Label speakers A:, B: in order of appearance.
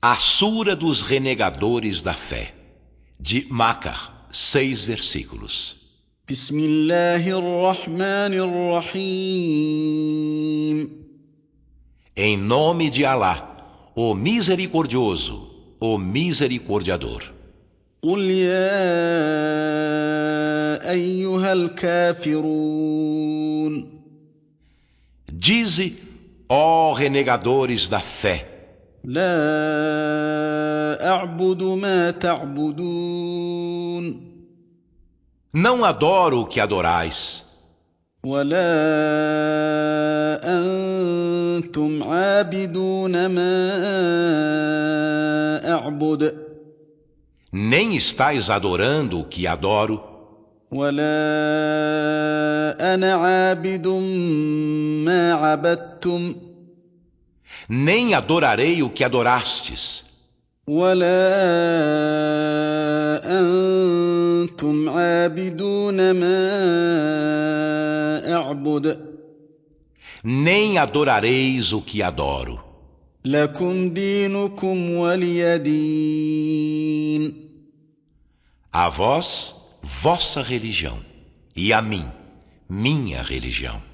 A: A Sura dos Renegadores da Fé, de Macar, seis versículos.
B: بسم الله الرحمن الرحيم
A: Em nome de Alá, o Misericordioso, o Misericordiador.
B: قل يا ايها الكافرون
A: Dize, ó renegadores da fé,
B: لا اعبد ما تعبدون
A: não adoro o que adorais,
B: ولا انتم عابدون ما اعبد
A: nem estáis adorando o que adoro,
B: ولا انا عابد ما عبدتم
A: nem adorarei o que adorastes,
B: ولا انتم عابدون ما اعبد
A: nem adorareis o que adoro.
B: لكم دينكم ولي دين
A: A vós, vossa religião, e a mim, minha religião.